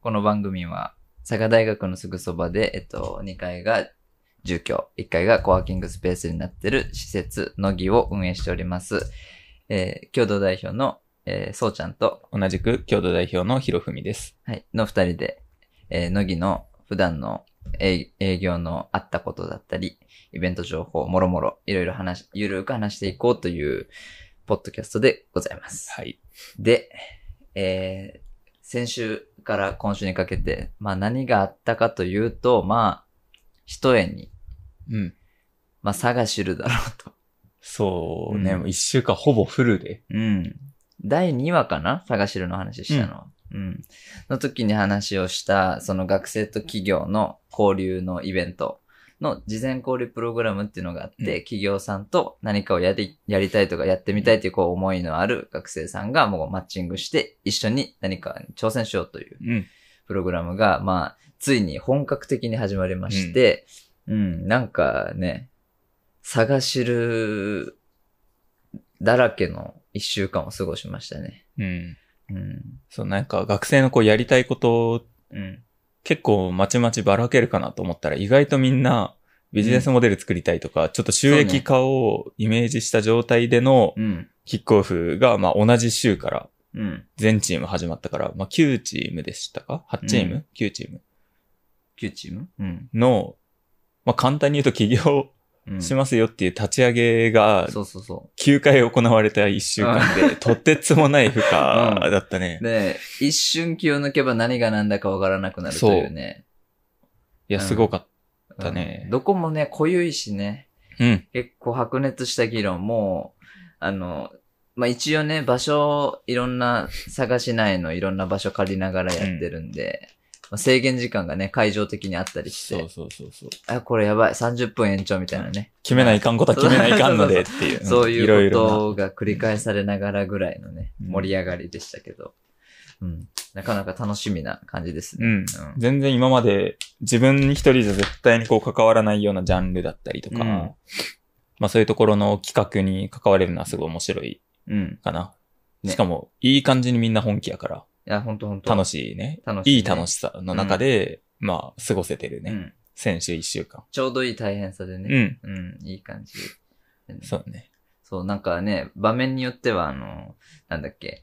この番組は、佐賀大学のすぐそばで、えっと、2階が住居、1階がコワーキングスペースになってる施設、のぎを運営しております。えー共同代表の、えーそうちゃんと、同じく、共同代表のひろふみです。はい、の二人で、えー、乃木の普段の営営業のあったことだったり、イベント情報、もろもろ、いろいろ話し、ゆるーく話していこうという、ポッドキャストでございます。はい。で、えー先週から今週にかけて、まあ何があったかというと、まあ、一重に、うん。まあ差が知るだろうと。そうね、うんもう一週間ほぼフルで。うん。第2話かな探しるの話したの。うん。の時に話をした、その学生と企業の交流のイベントの事前交流プログラムっていうのがあって、うん企業さんと何かをやり、やりたいとかやってみたいというこう思いのある学生さんがもうマッチングして一緒に何かに挑戦しようといううん。プログラムが、まあ、ついに本格的に始まりまして、うん、なんかね、探しるだらけの一週間を過ごしましたね。うん。うん。そう、なんか学生のこうやりたいこと、うん。結構まちまちばらけるかなと思ったら、意外とみんな、ビジネスモデル作りたいとか、ちょっと収そうね益化をイメージした状態でのうん。キックオフが、まあ同じ週からうん。全チーム始まったから、まあ9チームでしたか ?8 チーム、う ?9 チーム旧チームうん。の、まあ簡単に言うと起業うん。しますよっていう立ち上げがそうそうそ9回行われた1週間 で、とてつもない負荷だったねう。。で、一瞬気を抜けば何が何だかわからなくなるというね。いや、うんすごかっうんだねどこもね、濃ゆいしね。た。うん。結構白熱した議論も、あの、まあ、一応ね、場所、いろんな、佐賀市内のいろんな場所借りながらやってるんで、まあ制限時間がね、会場的にあったりしそうて、そうそうそう。あ、これやばい、30分延長みたいなね、決めないかんことは決めないかんのでっていう。 そういろいいうろこなとが繰り返されながらぐらいのね、うん盛り上がりでしたけど、うん、なかなか楽しみな感じですうね。ん。全然今まで自分一人じゃ絶対にこう関わらないようなジャンルだったりとか、うんまあそういうところの企画に関われるのはすごい面白いうん。うん。かな。ねしかも、いい感じにみんな本気やから、いや、ほんとほんと。楽ししいね。楽しいねいい楽しさの中で、まあ過ごせてるね。うん。先週一週間。ちょうどいい大変さでうね、ん。うん、いい感じ。そうだね。そう、なんかね、場面によっては、あの、なんだっけ、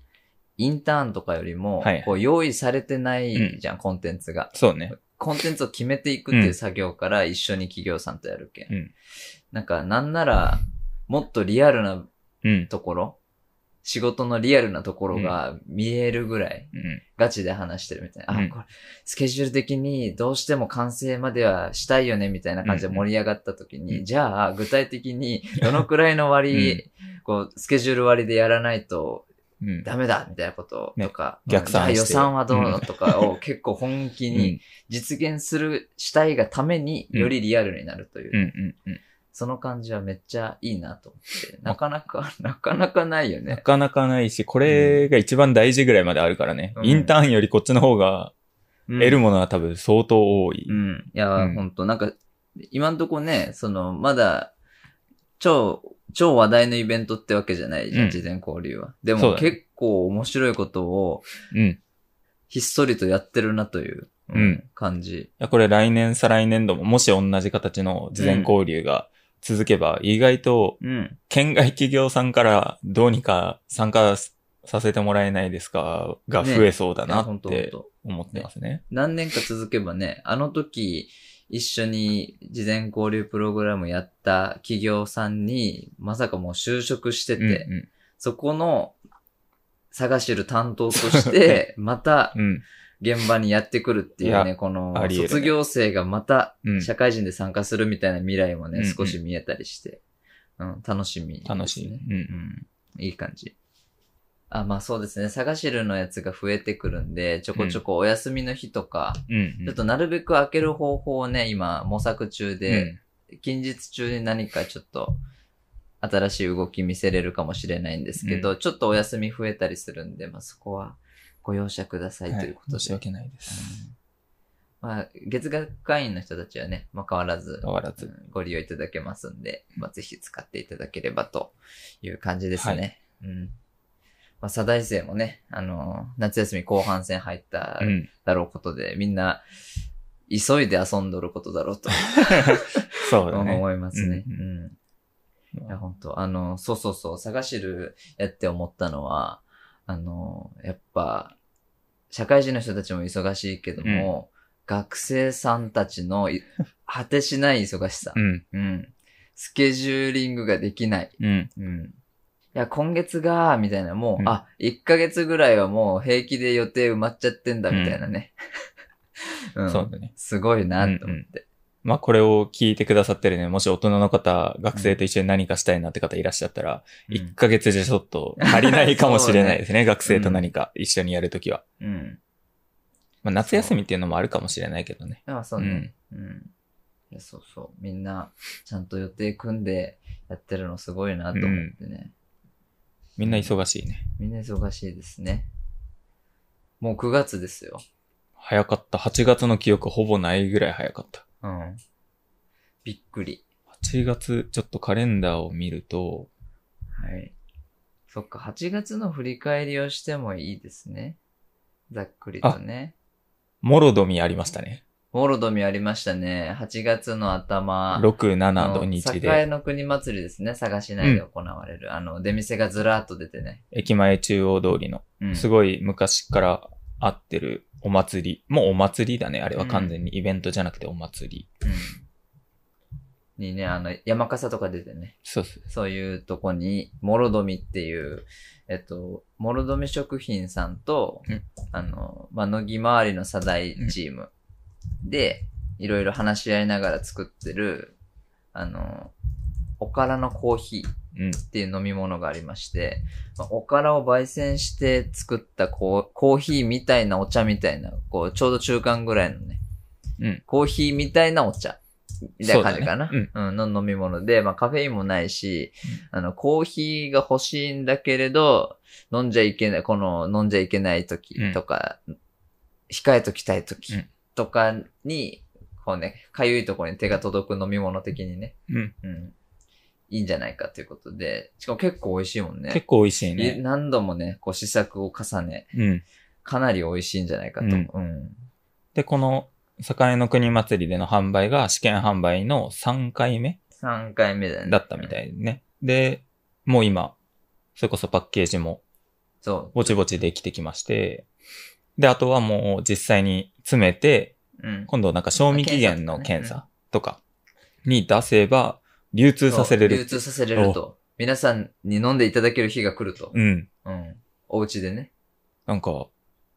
インターンとかよりも、はいこう用意されてないじゃん、コンテンツが。そうね。コンテンツを決めていくっていううん作業から一緒に企業さんとやるけん。うんなんか、なんなら、もっとリアルなうん。ところ、仕事のリアルなところが見えるぐらい、うん。ガチで話してるみたいな。あ、うんこれ、スケジュール的にどうしても完成まではしたいよね、みたいな感じで盛り上がった時に、うんじゃあ、具体的にどのくらいの割、 うこう、スケジュール割でやらないとうん。ダメだ、みたいなこととか、ね逆算うんじゃあして予算はどうのとかを結構本気うにん実現する、したいがためによりリアルになるという、うんうんうん。その感じはめっちゃいいなと思って、なかなか、なかなかないよなね。かなかないし、これが一番大事ぐらいまであるからね。うんインターンよりこっちの方がうん得るものは多分相当多い。うん。いや、うんほんと、なんか、今んとこね、その、まだ、超、超話題のイベントってわけじゃないじゃん、うん事前交流は。でそうも、だね結構面白いことを、うん。いひっそりとやってるなという、うんうん感じ。やこれ来年、再来年度ももし同じ形の事前交流が続けば、意外とうん。県外企業さんからどうにか参加させてもらえないですかが増えそうだなほんっとほんてと。思ってますね。何年か続けばね、あの時、一緒に事前交流プログラムやった企業さんに、まさかもう就職してて、うんそこの、探してる担当として、 また、うん。現場にやってくるっていいうやね、このありえるね卒業生がまたうん。うん。社会人で参加するみたいな未来もね、うんうん少し見えたりして、うん、楽しみ、楽しい。ね。う。うんん、いい感じ。あ、まあそうですね、探しるのやつが増えてくるんで、ちょこちょこお休みの日とか、うん。ちょっとなるべく開ける方法をね、今模索中うん、で、近日中に何かちょっと、新しい動き見せれるかもしれないんですけど、ちょっとお休み増えたりするんで、まあそこはご容赦くださはいということで。申し訳ないです。まあ、月額会員の人たちはね、まあ、変わらず、変わらうず。んご利用いただけますんで、まあ、ぜひ使っていただければという感じですね。うん。まあ、佐大生もね、あの、夏休み後半戦入ったうん。だろうことで、みんな、急いで遊んどることだろうとそうだね。思いますね。ううんん。いや、本当あの、そうそうそう、探しるやって思ったのは、あの、やっぱ、社会人の人たちも忙しいけども、学生さんたちの い果てしない忙しさ、うん。うん。スケジューリングができない。うん。うん。いや、今月が、みたいな、もう、うんあ、1ヶ月ぐらいはもう平気で予定埋まっちゃってんだ、みたいなね。 うん。そうだね。すごいな、と思って。まあ、これを聞いてくださってるね、もし大人の方、学生と一緒に何かしたいなって方いらっしゃったら、うん1ヶ月じゃちょっと足りないかもしれないです ね。学生と何か一緒にやるときは。うん。まあ、夏休みっていうのもあるかもしれないけどね。あ、そうね。うん。いや、そうそう。みんな、ちゃんと予定組んでやってるのすごいなと思ってね。みんな忙しいね。みんな忙しいですね。もう9月ですよ。早かった。8月の記憶ほぼないぐらい早かった。うん。びっくり。 8月、ちょっとカレンダーを見ると、はい。そっか、8月の振り返りをしてもいいですね。ざっくりとね。モロドミありましたね。モロドミありましたね。8月の頭。 6、あ7、の土日栄で、の国祭りですね。佐賀市内で行われる。あの、出店がずらっと出てね。駅前中央通りの、うん。すごい昔から合ってるお祭り。もうお祭りだね。あれは完全にイベントじゃなくてお祭り。うんにね、あの、山笠とか出てね、そうっす。そういうとこに、モロドミっていう、えっと、モロドミ食品さんと、うんあの、まあ、乃木周りのサダイチームで、いろいろ話し合いながら作ってる、あの、おからのコーヒーうん。っていう飲み物がありまして、まあおからを焙煎して作ったこうコーヒーみたいなお茶みたいな、こう、ちょうど中間ぐらいのね、うんコーヒーみたいなお茶。みたいな感じかな。うそうだねん、の飲み物で、まあカフェインもないし、あの、コーヒーが欲しいんだけれど、飲んじゃいけない、この飲んじゃいけない時とか、控えときたい時うんとかに、こうね、かゆいところに手が届く飲み物的にね、うん。うん。いいんじゃないかということで、しかも結構美味しいもんね。結構美味しいいね。何度もね、こう試作を重ね、うん。かなり美味しいんじゃないかと。ううんん。うん。で、この、栄の国祭りでの販売が試験販売の3回目3回目だよね。だったみたい。いね。で、もう今、それこそパッケージもそぼちぼちできてきまして、で、あとはもう実際に詰めて、う。うん。今度なんか賞味期限の検検査査とかに出せば流通させれそう流る。通させれると。皆さんに飲んでいただける日が来ると。うん。うん。お家でね。なんか、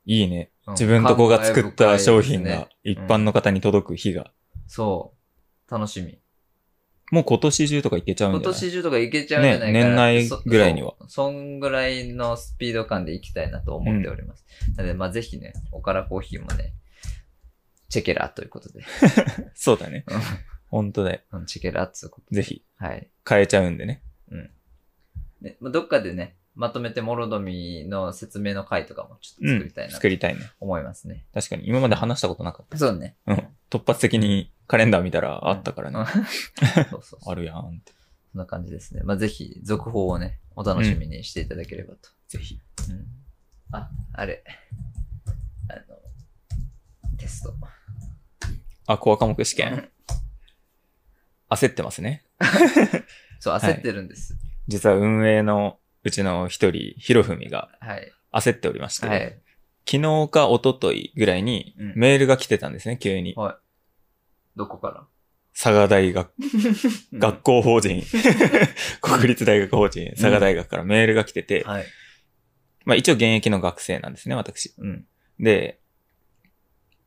いいね。うん自分とこが作った商品。感慨深いがで一般の方に届く日が、すねそう。楽しみ。もう今年中とかいけちゃうん今じゃない年中とかいけちゃうんじゃないかな、ね年内ぐらいにはそ。そそんぐらいのスピード感でいきたいなと思っております。なので、まあぜひね、おからコーヒーもね、チェケラということで。そうだね。本当だよ。うん、チェケラということぜひ、で。はい。変えちゃうんでね。ねまあ、どっかでね、まとめてモロドミの説明の回とかもちょっとうん作りたいな作とりたいね。思いますね。確かに。今まで話したことなかっそうね。た。うん。突発的にカレンダー見たらあったからね。うん。 そうそうそう。あるやんって。そんな感じですね。まあぜひ、続報をね、お楽しみにしていただければと。ぜひ。うんあ、あれ。あの、テスト。あ、コア科目試験。焦ってますね。そう、焦ってるんです。実は運営のうちの一人、ひろふみがはい。焦っておりまして、はい。昨日か一昨日ぐらいにうんメールが来てたんですね、急に。はいどこから佐賀大学、うん学校 法人、国立大学法人、佐賀大学からメールが来てて、はい。まあ一応現役の学生なんですね、私。うん。で、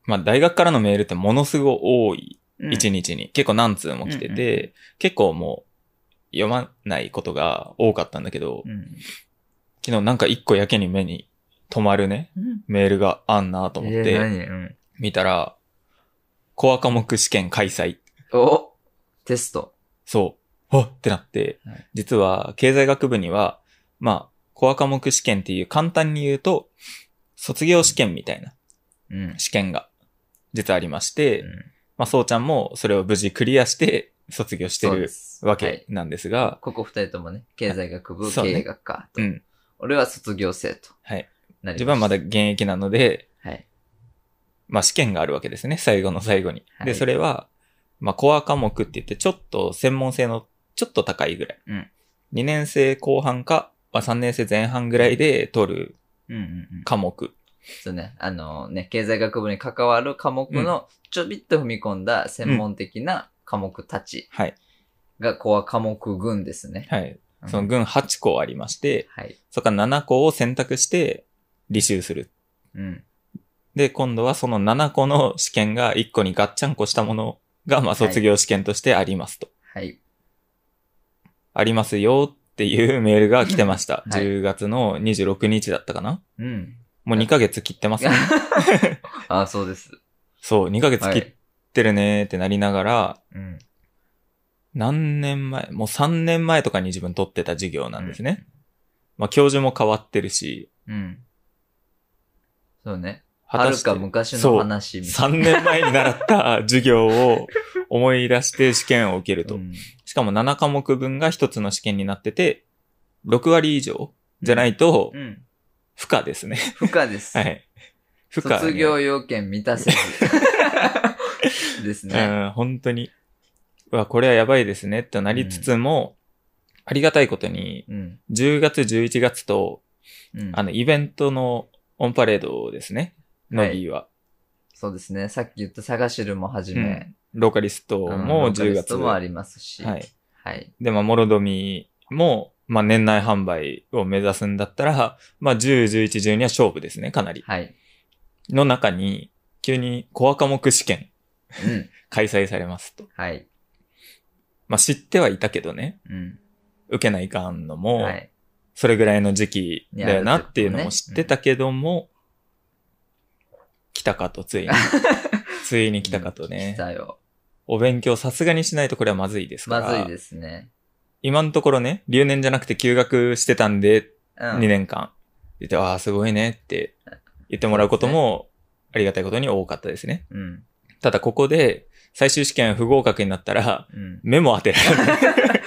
まあ大学からのメールってものすごい多いうん一日に、結構何通も来てて、結構もう読まないことが多かったんだけど、うん。昨日なんか一個やけに目に止まるね、メールがあんなと思っえーて、何うん。見たら、コア科目試験開催。おテスト。そう。あってなってはい、実は経済学部には、まあ、コア科目試験っていう簡単に言うと、卒業試験みたいなうん。試験が実はありまして、うんまあ、そうちゃんもそれを無事クリアして卒業してそうでるすわはけいなんですが、ここ二人ともね、経済学部、そう経ね営学科とうん俺は卒業生と。はい。なりました自分はまだ現役なので、はい。まあ試験があるわけですね、最後の最後に。はいで、それは、まあコア科目って言って、ちょっと専門性のちょっと高いぐらい。うん2年生後半か、まあ、3年生前半ぐらいで取るうんうんうん。科目。そうね。あのね、経済学部に関わる科目のちょびっと踏み込んだ専門的な科目たちはい。がコア科目群ですね。はい。うんその群8校ありまして、はい。そこから7校を選択して履修する。うん。で、今度はその7個の試験が1個にガッチャンコしたものが、まあ、はい卒業試験としてありますと。はい。ありますよっていうメールが来てました。はい10月の26日だったかなうん。もう2ヶ月切ってますね。 あ、そうです。そう、2ヶ月は切っい。てるねーってなりながら、うん。何年前もう3年前とかに自分取ってた授業なんですね。まあ、教授も変わってるし、うん。そうね。は果たるしてか昔の話みたい3年前に習った授業を思い出して試験を受けるな。と。うんしかも7科目分が1つの試験になってて、6割以上じゃないとうん。不可ですね。不可です。はい。不可に。卒業要件満たせず。 ですね。うん、本当に。うわ、これはやばいですね、となりつつも、ありがたいことに、うん。 10月、11月と、うんあの、イベントのオンパレードですね。はノいギーは。そうですね。さっき言った探しるもはじうめん。ローカリストうんもロ10ーカリス月。トもありますし。はい。はい。で、まあ、モロドミも、まあ、年内販売を目指すんだったら、まあ、10、11、12は勝負ですね、かなり。はい。の中に、急にコア科目試験うん。開催されますと。はい。まあ、知ってはいたけどね、うん。受けないかんのも、はい。それぐらいの時期だよなっていういのやも知ってたけども、来たか と、ついに。ついに来たかと来ね。たよ。お勉強さすがにしないとこれはまずいですかまら。ずいですね。今のところね、留年じゃなくて休学してたんで、うん。 2年間。言って、ああ、すごいねって言ってもらうことも、ありがたいことに多かったですね。うん。ただここで、最終試験不合格になったら、うん。うん。目も当てら れない。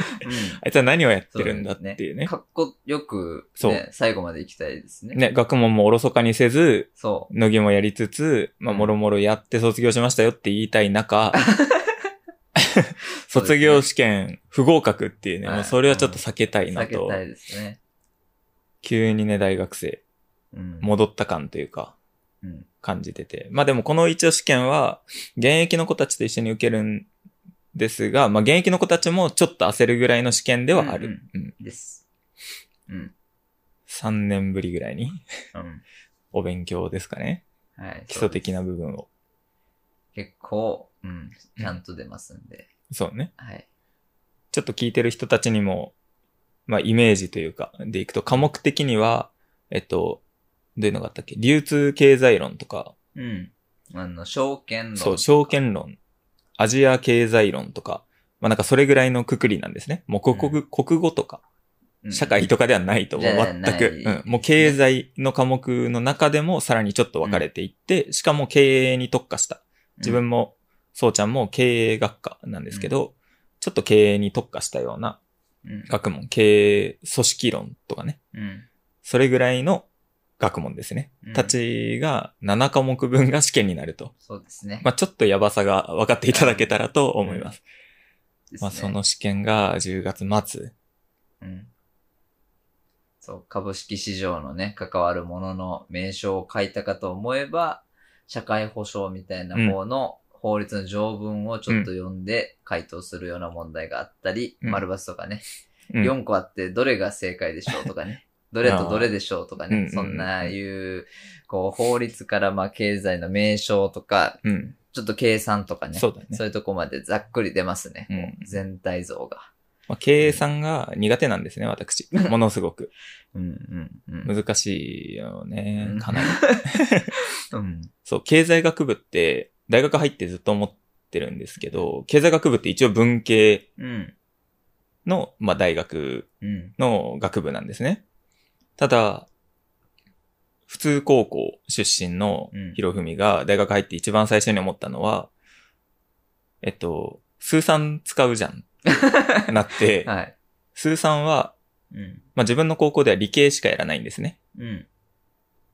あいつは何をやってるんだっていうね。かっこよく、そねう、最後まで行きたいですね。ね、学問もおろそかにせず、そのぎもやりつつ、まあ、うんもろもろやって卒業しましたよって言いた い中、卒業試験不合格っていうね、はいもうそれはちょっと避けたう。いな避けと、たいですね。急にね、大学生、うん。戻った感というか、うん。感じてて。まあでもこの一応試験は、現役の子たちと一緒に受けるんですが、まあ現役の子たちもちょっと焦るぐらいの試験ではある。うんです。うん。 3年ぶりぐらいにうん。お勉強ですかね。はい。基礎的な部分を。結構、うん。ちゃんと出ますんで。そうね。はい。ちょっと聞いてる人たちにも、まあ、イメージというか、でいくと、科目的には、えっと、どういうのがあったっけ流通経済論とか、うん。あの、証券の。そう、証券論、アジア経済論とか、まあ、なんかそれぐらいのくくりなんですね。もう国,、国語とか、うん社会とかではないと、うんもうじゃ全なく、いうん、もう経済の科目の中でもさらにちょっと分かれていって、しかも経営に特化した。自分も、そうちゃんも経営学科なんですけど、ちょっと経営に特化したようなうん、学問、経営組織論とかね、うん。それぐらいの学問ですね。うんたちが7科目分が試験になると。そうですね。まあ、ちょっとやばさが分かっていただけたらと思います。ですねまあ、その試験が10月末。うん。そう、株式市場のね、関わるものの名称を書いたかと思えば、社会保障みたいな方の法律の条文をちょっと読んで回答するような問題があったり、うん丸バスとかね、うん4個あってどれが正解でしょうとかね、どれとどれでしょうとかうんうんうね、んそんないう、こう、法律からまあ経済の名称とか、うん。ちょっと計算とかね、そうだねそういうとこまでざっくり出ますね、こううん全体像が。まあ、経営さんが苦手なんですね、私。ものすごく。うんうんうん。難しいよねうん、かなり。うん。そう、経済学部って、大学入ってずっと思ってるんですけど、経済学部って一応文系うん。の、まあ、大学うん。の学部なんですね。ただ、普通高校出身のうんひろふみが大学入って一番最初に思ったのは、えっと、数三使うじゃん。なっ て、はい。数三はうん。まあ自分の高校では理系しかやらないんですね。うん。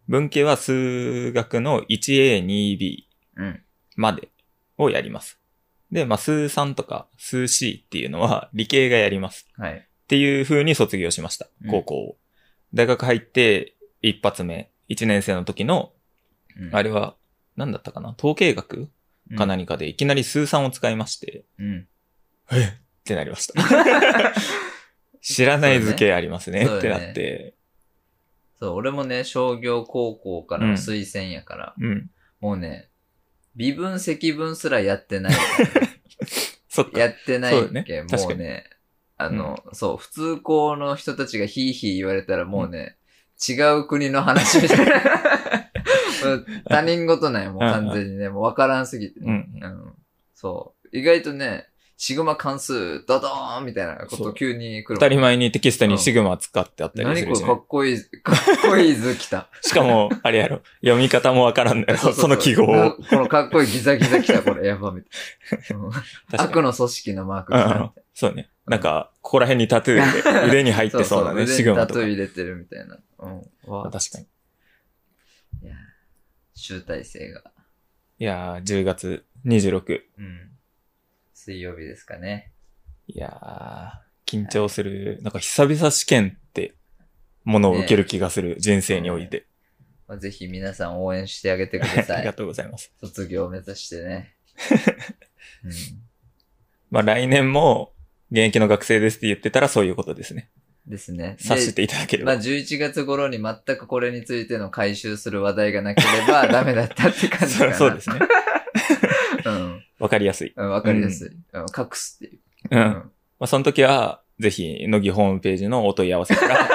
文系は数学の 1A、2B うん。までをやります。で、まあ数3とか数 C っていうのは 理系がやります。はい。っていう風に卒業しましたう。ん高校を。大学入って一発目、一年生の時の、うんあれは何だったかな統計学か何かでいきなり数三を使いまして、うん。えっってなりました。 知らない図形ありますねそうっだてよねなって。そう、俺もね、商業高校からの推薦やから、うん。もうね、微分積分すらやって ない。そっか。やってないそうだっけ、ねも確うかね、あの、そう、普通校の人たちがヒーヒー言われたらもうね、違う国の話みたい な。もう他人事なんや、もう完全にね、もう分からんすぎて、うねんう。ん。そう。意外とね、シグマ関数、ドドーンみたいなこそとう急に来る当もたん。り前にテキストにシグマ使ってあったり何すこるれしかね。っこいい、かっこいい図来た。しかも、あれやろ。読み方もわからんだよ。ううう その記号なを。このかっこいいギザギザ来た、これ。やば、みたいな。うん確か悪に。の組織のマークう来んた。うん。そうね。なんか、ここら辺にタトゥー、腕に入ってそうだね。シグマとタトかゥー。入れてるみたいな。うん。わ確かに。いや集大成が。いやー、10月26。うん。水曜日ですかね。いやー、緊張する。なんか久々試験ってものを受ける気がする、人生において。まあ、ぜひ皆さん応援してあげてくだ あさりがい。とうございます。卒業を目指して ね。うん、まあ来年も現役の学生ですって言ってたらそういうことですね。ですね。で察していただけれまあ、ば。 11月頃に全くこれについての回収する話題がなければダメだったって感じか そうな。そうですね。 うん。わかりやすい。うん。わかりやすい。うん。隠すっていう。うん。うま。あその時は、ぜひ、乃木ホームページのお問い合わせ から、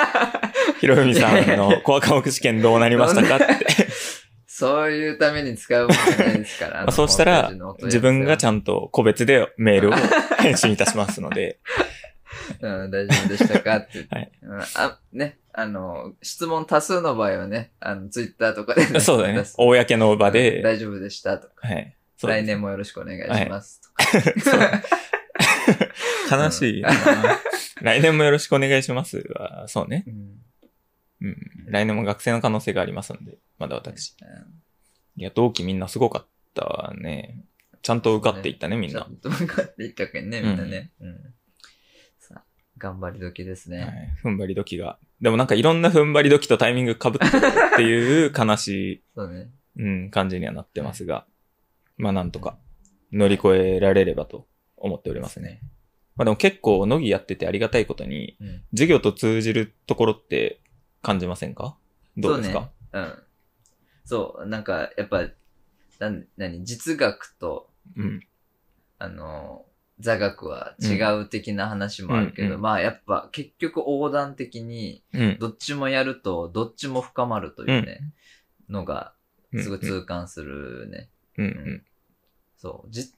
ひろゆみさんのコア科目試験どうなりましたかって。 そういうために使うものじゃないですから。あまのあそうしたら、自分がちゃんゃんと個別でメールを返信いたしますので。うん、大丈夫でしたかって。 はいうんあ、ね、あの、質問多数の場合はね、あの、ツイッターとかで、 そうだね出。す公の場うんで。大丈夫でしたとか、はい。そう来年もよろしくお願いしますとか。悲しいな。 来年もよろしくお願いしますは、そうね。うんうん。来年も学生の可能性がありますので、まだ 私。うんいや、同期みんなすごかったね。ちゃんと受かっていったね、みんちょな。っと分かっていったけんね、みんなね。うんさあ、頑張り時ですはいね。、踏ん張り時が。でもなんかいろんな踏ん張り時とタイミング被ってるっていう 悲しそうね。い、うん、感じにはなってますが、まあなんとか乗り越えられればと思っておりますね。まあでも結構、乃木やっててありがたいことに、うん。授業と通じるところって感じませんかどうですかそうね。うん。そう、なんか、やっぱ、なん、なに、実学と、うん。あの、座学は違う的な話もあるけど、うんうんうんまあやっぱ結局横断的にうん。どっちもやるとどっちも深まるというね、のが すごい痛感するね。うんうん。そう。じ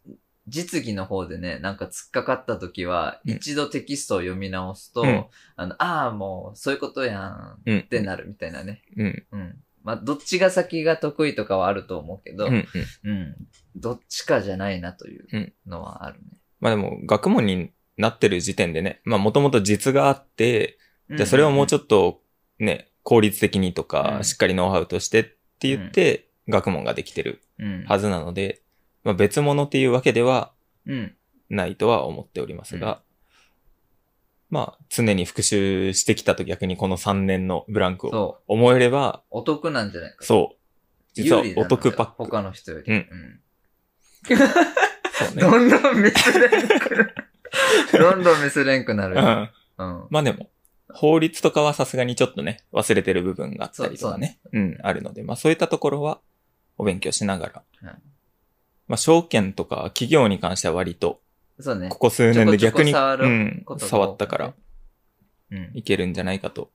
実技の方でね、なんか突っかかった時は、うん一度テキストを読み直すと、うんあの、ああ、もうそういうことやんうん。ってなるみたいなね。うん。うん。まあ、どっちが先が得意とかはあると思うけど、う。うん。うんん。どっちかじゃないなといううんのはあるね。まあでも、学問になってる時点でね、まあもともと実があって、じゃあそれをもうちょっょっとね、効率的にとうか、んしっかりノウハウとしてって言って、学問ができてると、うん。はずなので、まあ別物っていうわけではうん。ないとは思っておりますが、まあ常に復習してきたと逆にこの3年のブランクをそう。思えれば、お得なんじゃないか。そう。実は有利なのおよ得パック。他の人より。うんん。そうね。どんどんミスれんくな る。どんどんミスれんくなるう。ん。うん。まあでも、法律とかはさすがにちょっとね、忘れてる部分があったりとかね、うん、あるので、まあそういったところはお勉強しながら、はいまあ証券とか企業に関しては割と、そうねこ。こ数年で逆に、ちょこちょこ触るうんことが多く、て触ったからうん。いけるんじゃないかと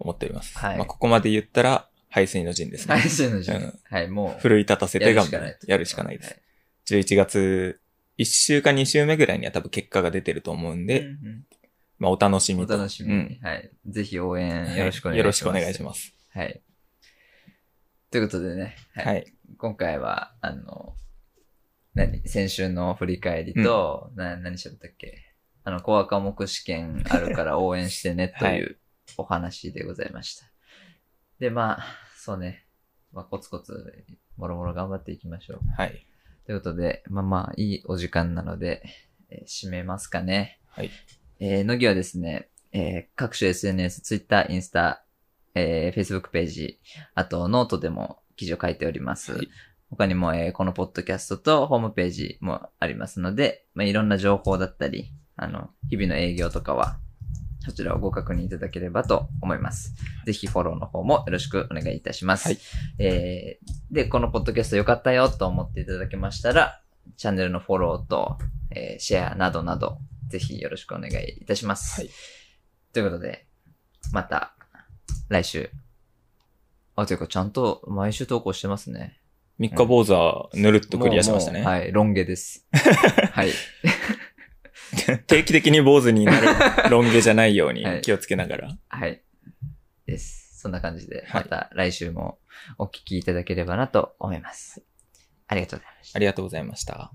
思っております。はいまあここまで言ったら、排水の陣ですね。最終の順う位ん。はい、もう。奮い立たせてや頑るし張かないる。やるしかないです。はい11月、1週か2週目ぐらいには多分結果が出てると思うんで、うんうんまあお楽しみおと。楽しみうにん。はい。ぜひ応援はいよろしくお願いします。よろしくお願いします。す。はい。ということでね、ははい。い。今回は、あの、何先週の振り返りと、な、何喋ったっけあの、コア科目試験あるから応援してねとはいいうお話でございました。で、まあ、そうね。まあ、コツコツ、もろもろ頑張っていきましょう。はい。ということで、まあまあ、いいお時間なので、えー締めますかね。はい。えー、乃木はですね、えー各種 SNS、Twitter、インスタ、えー Facebook ページ、あとノートでも記事を書いております。はい他にも、えーこのポッドキャストとホームページもありますので、まあ、いろんな情報だったり、あの、日々の営業とかは、そちらをご確認いただければと思います。ぜひフォローの方もよろしくお願いいたします。はいえーで、このポッドキャスト良かったよと思っていただけましたら、チャンネルのフォローと、えーシェアなどなど、ぜひよろしくお願いいたします。はいということで、また来週。あ、というかちゃんと毎週投稿してますね。三日坊主はぬるっとクリアしましたね。もうもうはい、ロン毛 です。はい。定期的に坊主になるロン毛じゃないようにはい気をつけながら。はい。です。そんな感じで、はまいた来週もお聞きいただければなと思います。ありがとうございましたあ。りがとうございました。